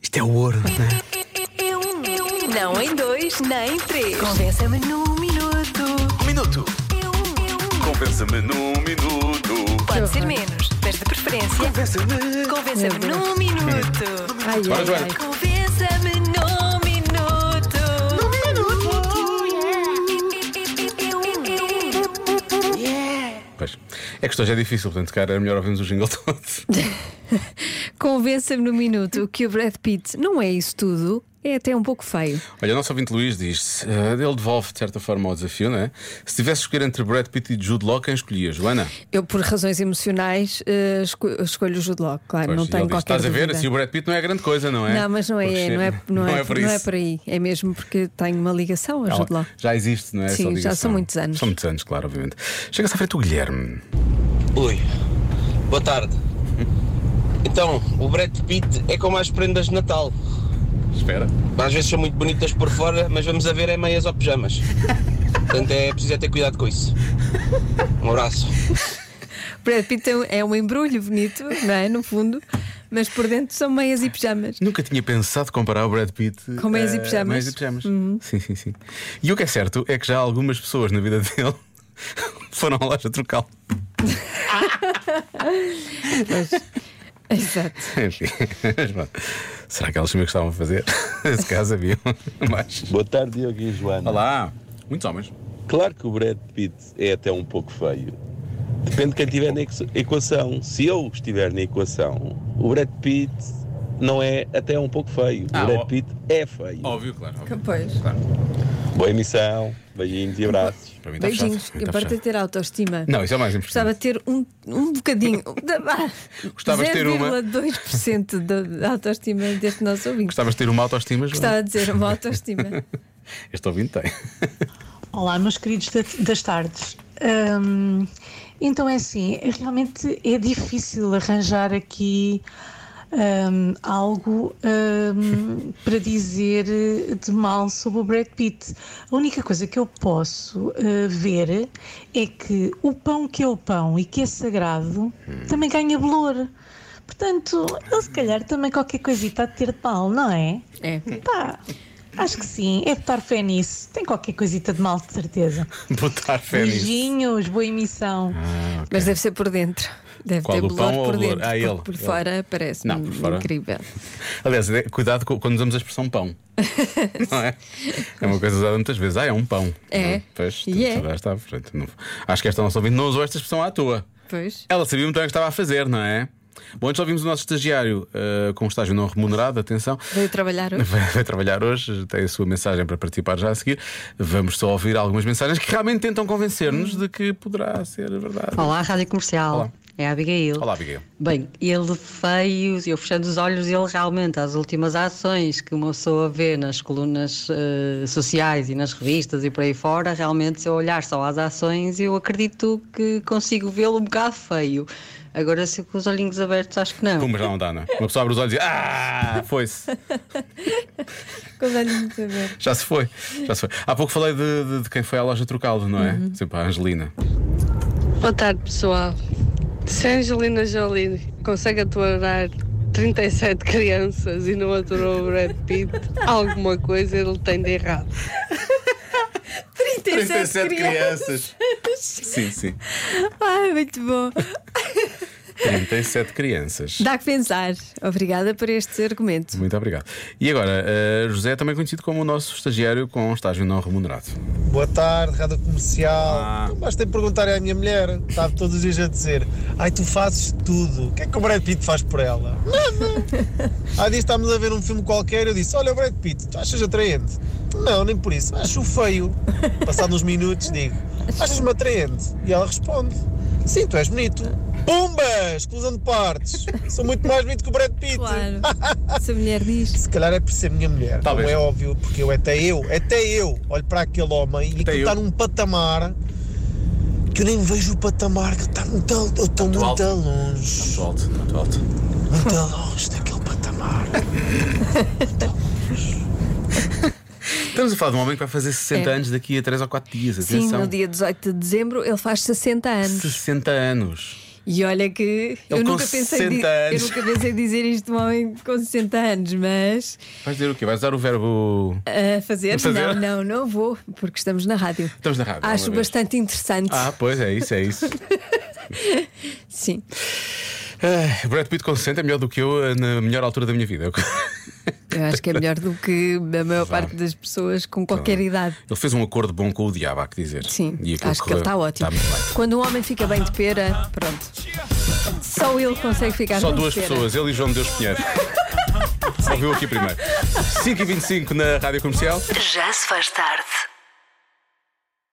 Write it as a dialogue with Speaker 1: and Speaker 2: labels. Speaker 1: Isto é o ouro, não é?
Speaker 2: Não em dois, nem em três. Convença-me num minuto.
Speaker 3: Um minuto. Convença-me num minuto.
Speaker 2: Pode ser menos, mas de preferência.
Speaker 1: é?
Speaker 3: Convença-me.
Speaker 2: Convença-me num minuto.
Speaker 4: Ai,
Speaker 3: Bora,
Speaker 4: ai,
Speaker 3: Joana.
Speaker 4: ai.
Speaker 2: Convença-me num minuto. Num minuto.
Speaker 3: Pois. É que isto hoje é difícil, portanto, cara, é melhor ouvirmos o jingle todo.
Speaker 4: Convença-me no minuto que o Brad Pitt não é isso tudo, é até um pouco feio.
Speaker 3: Olha, o nosso ouvinte Luís diz: eh, ele devolve de certa forma ao desafio, não é? Se tivesse de escolher entre Brad Pitt e Jude Law, quem escolhia? Joana?
Speaker 4: Eu, por razões emocionais, eh, esco- escolho o Jude Law, claro,
Speaker 3: Pois,
Speaker 4: não
Speaker 3: e
Speaker 4: tenho
Speaker 3: ele diz,
Speaker 4: qualquer
Speaker 3: Estás a ver?
Speaker 4: dúvida.
Speaker 3: Assim, o Brad Pitt não é grande coisa, não é?
Speaker 4: Não, mas não é,
Speaker 3: Porque-
Speaker 4: não é, não é,
Speaker 3: por
Speaker 4: não é
Speaker 3: isso. Tá
Speaker 4: por aí. É mesmo porque tenho uma ligação a Jude Law.
Speaker 3: Já existe, não é?
Speaker 4: Sim,
Speaker 3: Só
Speaker 4: já
Speaker 3: ligação.
Speaker 4: são muitos anos.
Speaker 3: São muitos anos, claro, obviamente. Chega-se à frente o Guilherme.
Speaker 5: Oi, boa tarde. Então, o Brad Pitt é como as prendas de Natal.
Speaker 3: Espera.
Speaker 5: Às vezes são muito bonitas por fora, mas vamos a ver é meias ou pijamas. Portanto, é preciso é ter cuidado com isso. Um abraço.
Speaker 4: Brad Pitt é um- é um embrulho bonito, não é? No fundo, mas por dentro são meias e pijamas.
Speaker 3: Nunca tinha pensado comparar o Brad Pitt
Speaker 4: Com meias e
Speaker 3: eh,
Speaker 4: pijamas. Uhum.
Speaker 3: meias e pijamas. Sim, sim, sim. E o que é certo é que já algumas pessoas na vida dele foram à loja trocá-lo.
Speaker 4: Pois. Exato.
Speaker 3: Enfim, mas pronto. será que elas sabiam o que estavam a fazer? Nesse caso haviam mais.
Speaker 6: Boa tarde, Diogo e Joana.
Speaker 3: Olá, muitos homens.
Speaker 6: Claro que o Brad Pitt é até um pouco feio. Depende de quem estiver na equa- equação. Se eu estiver na equação, o Brad Pitt não é até um pouco feio.
Speaker 3: Ah,
Speaker 6: o
Speaker 3: ó-
Speaker 6: Brad Pitt é feio.
Speaker 3: Óbvio, claro. óbvio.
Speaker 4: Pois.
Speaker 6: Boa emissão, beijinhos e abraços.
Speaker 3: Para mim está fechado.
Speaker 4: Beijinhos.
Speaker 3: Para mim
Speaker 4: Eu
Speaker 3: está
Speaker 4: parto de
Speaker 3: fechado.
Speaker 4: ter autoestima.
Speaker 3: Não, isso é o mais importante.
Speaker 4: Gostava de ter um, um bocadinho.
Speaker 3: Gostavas de ter uma.
Speaker 4: 0,2% da da autoestima deste nosso ouvinte.
Speaker 3: Gostavas de ter uma autoestima, Joana?
Speaker 4: Gostava de dizer uma autoestima.
Speaker 3: Este ouvinte tem.
Speaker 7: Olá, meus queridos da- das tardes. Hum, então é assim, realmente é difícil arranjar aqui hum, algo hum, para dizer de mal sobre o Brad Pitt. A única coisa que eu posso eh, ver é que o pão que é o pão e que é sagrado também ganha valor. Portanto, ele se calhar também qualquer coisita a ter de mal, não é?
Speaker 4: É.
Speaker 7: Pá, acho que sim, é de estar fé nisso. Tem qualquer coisita de mal, de certeza.
Speaker 3: Botar fé nisso.
Speaker 7: Beijinhos, boa emissão.
Speaker 3: Ah, ok.
Speaker 4: Mas deve ser por dentro. Deve
Speaker 3: Qual,
Speaker 4: ter
Speaker 3: do
Speaker 4: bolor
Speaker 3: pão ou
Speaker 4: por
Speaker 3: o bolor?
Speaker 4: dentro.
Speaker 3: Ah,
Speaker 4: porque
Speaker 3: ele.
Speaker 4: Por
Speaker 3: Ele.
Speaker 4: fora parece
Speaker 3: Não, por fora.
Speaker 4: incrível.
Speaker 3: Aliás, de- cuidado co- quando usamos a expressão pão. não é? É uma coisa usada muitas vezes. Ah, é um pão.
Speaker 4: É.
Speaker 3: Não Pois,
Speaker 4: E é.
Speaker 3: já está. Portanto, não- Acho que esta nossa ouvinte não usou esta expressão à toa.
Speaker 4: Pois.
Speaker 3: Ela sabia muito bem o que estava a fazer, não é? Bom, antes ouvimos o nosso estagiário eh, com um estágio não remunerado, atenção.
Speaker 4: Veio trabalhar hoje.
Speaker 3: Vai, vai trabalhar hoje, tem a sua mensagem para participar já a seguir. Vamos só ouvir algumas mensagens que realmente tentam convencer-nos de que poderá ser verdade.
Speaker 8: Olá, Rádio Comercial.
Speaker 3: Olá.
Speaker 8: É a Abigail.
Speaker 3: Olá, Abigail.
Speaker 8: Bem, ele feio, eu fechando os olhos, ele realmente, as últimas ações que uma pessoa vê nas colunas eh, sociais e nas revistas e por aí fora, realmente, se eu olhar só às ações, eu acredito que consigo vê-lo um bocado feio. Agora, se com os olhinhos abertos, acho que não.
Speaker 3: Pumba, já não dá, não é? Uma pessoa abre os olhos e diz: Ah, foi-se. Já se foi, já se foi. Há pouco falei de, de- de quem foi à loja trocá-lo, não é?
Speaker 4: Uhum.
Speaker 3: Tipo, a Angelina.
Speaker 9: Boa tarde, pessoal. Se a Angelina Jolie consegue aturar 37 crianças e não aturou o Brad Pitt, alguma coisa ele tem de errado.
Speaker 4: 37 crianças.
Speaker 3: sim, sim.
Speaker 4: Ai, muito bom.
Speaker 3: 37 crianças.
Speaker 4: Dá que pensar. Obrigada por este argumento.
Speaker 3: Muito obrigado. E agora, eh, José é também conhecido como o nosso estagiário com um estágio não remunerado.
Speaker 10: Boa tarde, Rádio Comercial.
Speaker 3: Ah.
Speaker 10: Então Basta perguntar à minha mulher, estava todos os dias a dizer: Ai, tu fazes tudo. O que é que o Brad Pitt faz por ela? Nada. Há dias estávamos a ver um filme qualquer eu disse: Olha, Brad Pitt, tu achas atraente? Não, nem por isso. Acho feio. Passado uns minutos, digo: Achas-me atraente? E ela responde: Sim, tu és bonito. Pumba! Exclusão de partes. Sou muito mais bonito que o Brad Pitt.
Speaker 4: Claro. Se a mulher diz.
Speaker 10: Se calhar é por ser minha mulher.
Speaker 3: Talvez.
Speaker 10: Não é óbvio, porque eu, até eu, até eu, olho para aquele homem e
Speaker 3: Até
Speaker 10: que está
Speaker 3: eu.
Speaker 10: num patamar que eu nem vejo o patamar, que tá ele está muito, al- ele está muito,
Speaker 3: alto.
Speaker 10: longe.
Speaker 3: alto, muito alto.
Speaker 10: Muito longe daquele patamar.
Speaker 3: Estamos a falar de um homem que vai fazer 60
Speaker 4: É.
Speaker 3: anos daqui a 3 ou 4 dias.
Speaker 4: Sim,
Speaker 3: Atenção.
Speaker 4: no dia 18 de dezembro ele faz 60 anos.
Speaker 3: 60 anos.
Speaker 4: E olha que eu
Speaker 3: Ele com
Speaker 4: nunca, pensei
Speaker 3: 60
Speaker 4: eu
Speaker 3: anos.
Speaker 4: nunca pensei dizer isto de um homem com 60 anos, mas eh,
Speaker 3: Vais dizer o quê? Vais usar o verbo.
Speaker 4: a fazer,
Speaker 3: Fazer? Então,
Speaker 4: Não, não, não vou, porque estamos na rádio.
Speaker 3: Estamos na rádio.
Speaker 4: Acho
Speaker 3: uma vez.
Speaker 4: bastante interessante.
Speaker 3: Ah, pois é isso, é isso.
Speaker 4: Sim.
Speaker 3: Ah, Brad Pitt com 60 é melhor do que eu ah, na melhor altura da minha vida.
Speaker 4: Eu acho que é melhor do que a maior parte das pessoas com qualquer idade.
Speaker 3: Ele fez um acordo bom com o diabo, há que dizer.
Speaker 4: Sim,
Speaker 3: Então, E aquilo
Speaker 4: acho que ele
Speaker 3: correu- Tá
Speaker 4: está ótimo.
Speaker 3: muito bem.
Speaker 4: Quando um homem fica bem de pera, pronto. Só ele consegue ficar
Speaker 3: Só
Speaker 4: bem
Speaker 3: duas
Speaker 4: de pera.
Speaker 3: pessoas, ele e João de Deus Pinheiro. Só viu aqui primeiro. 5h25 na Rádio Comercial.
Speaker 2: Já se faz tarde.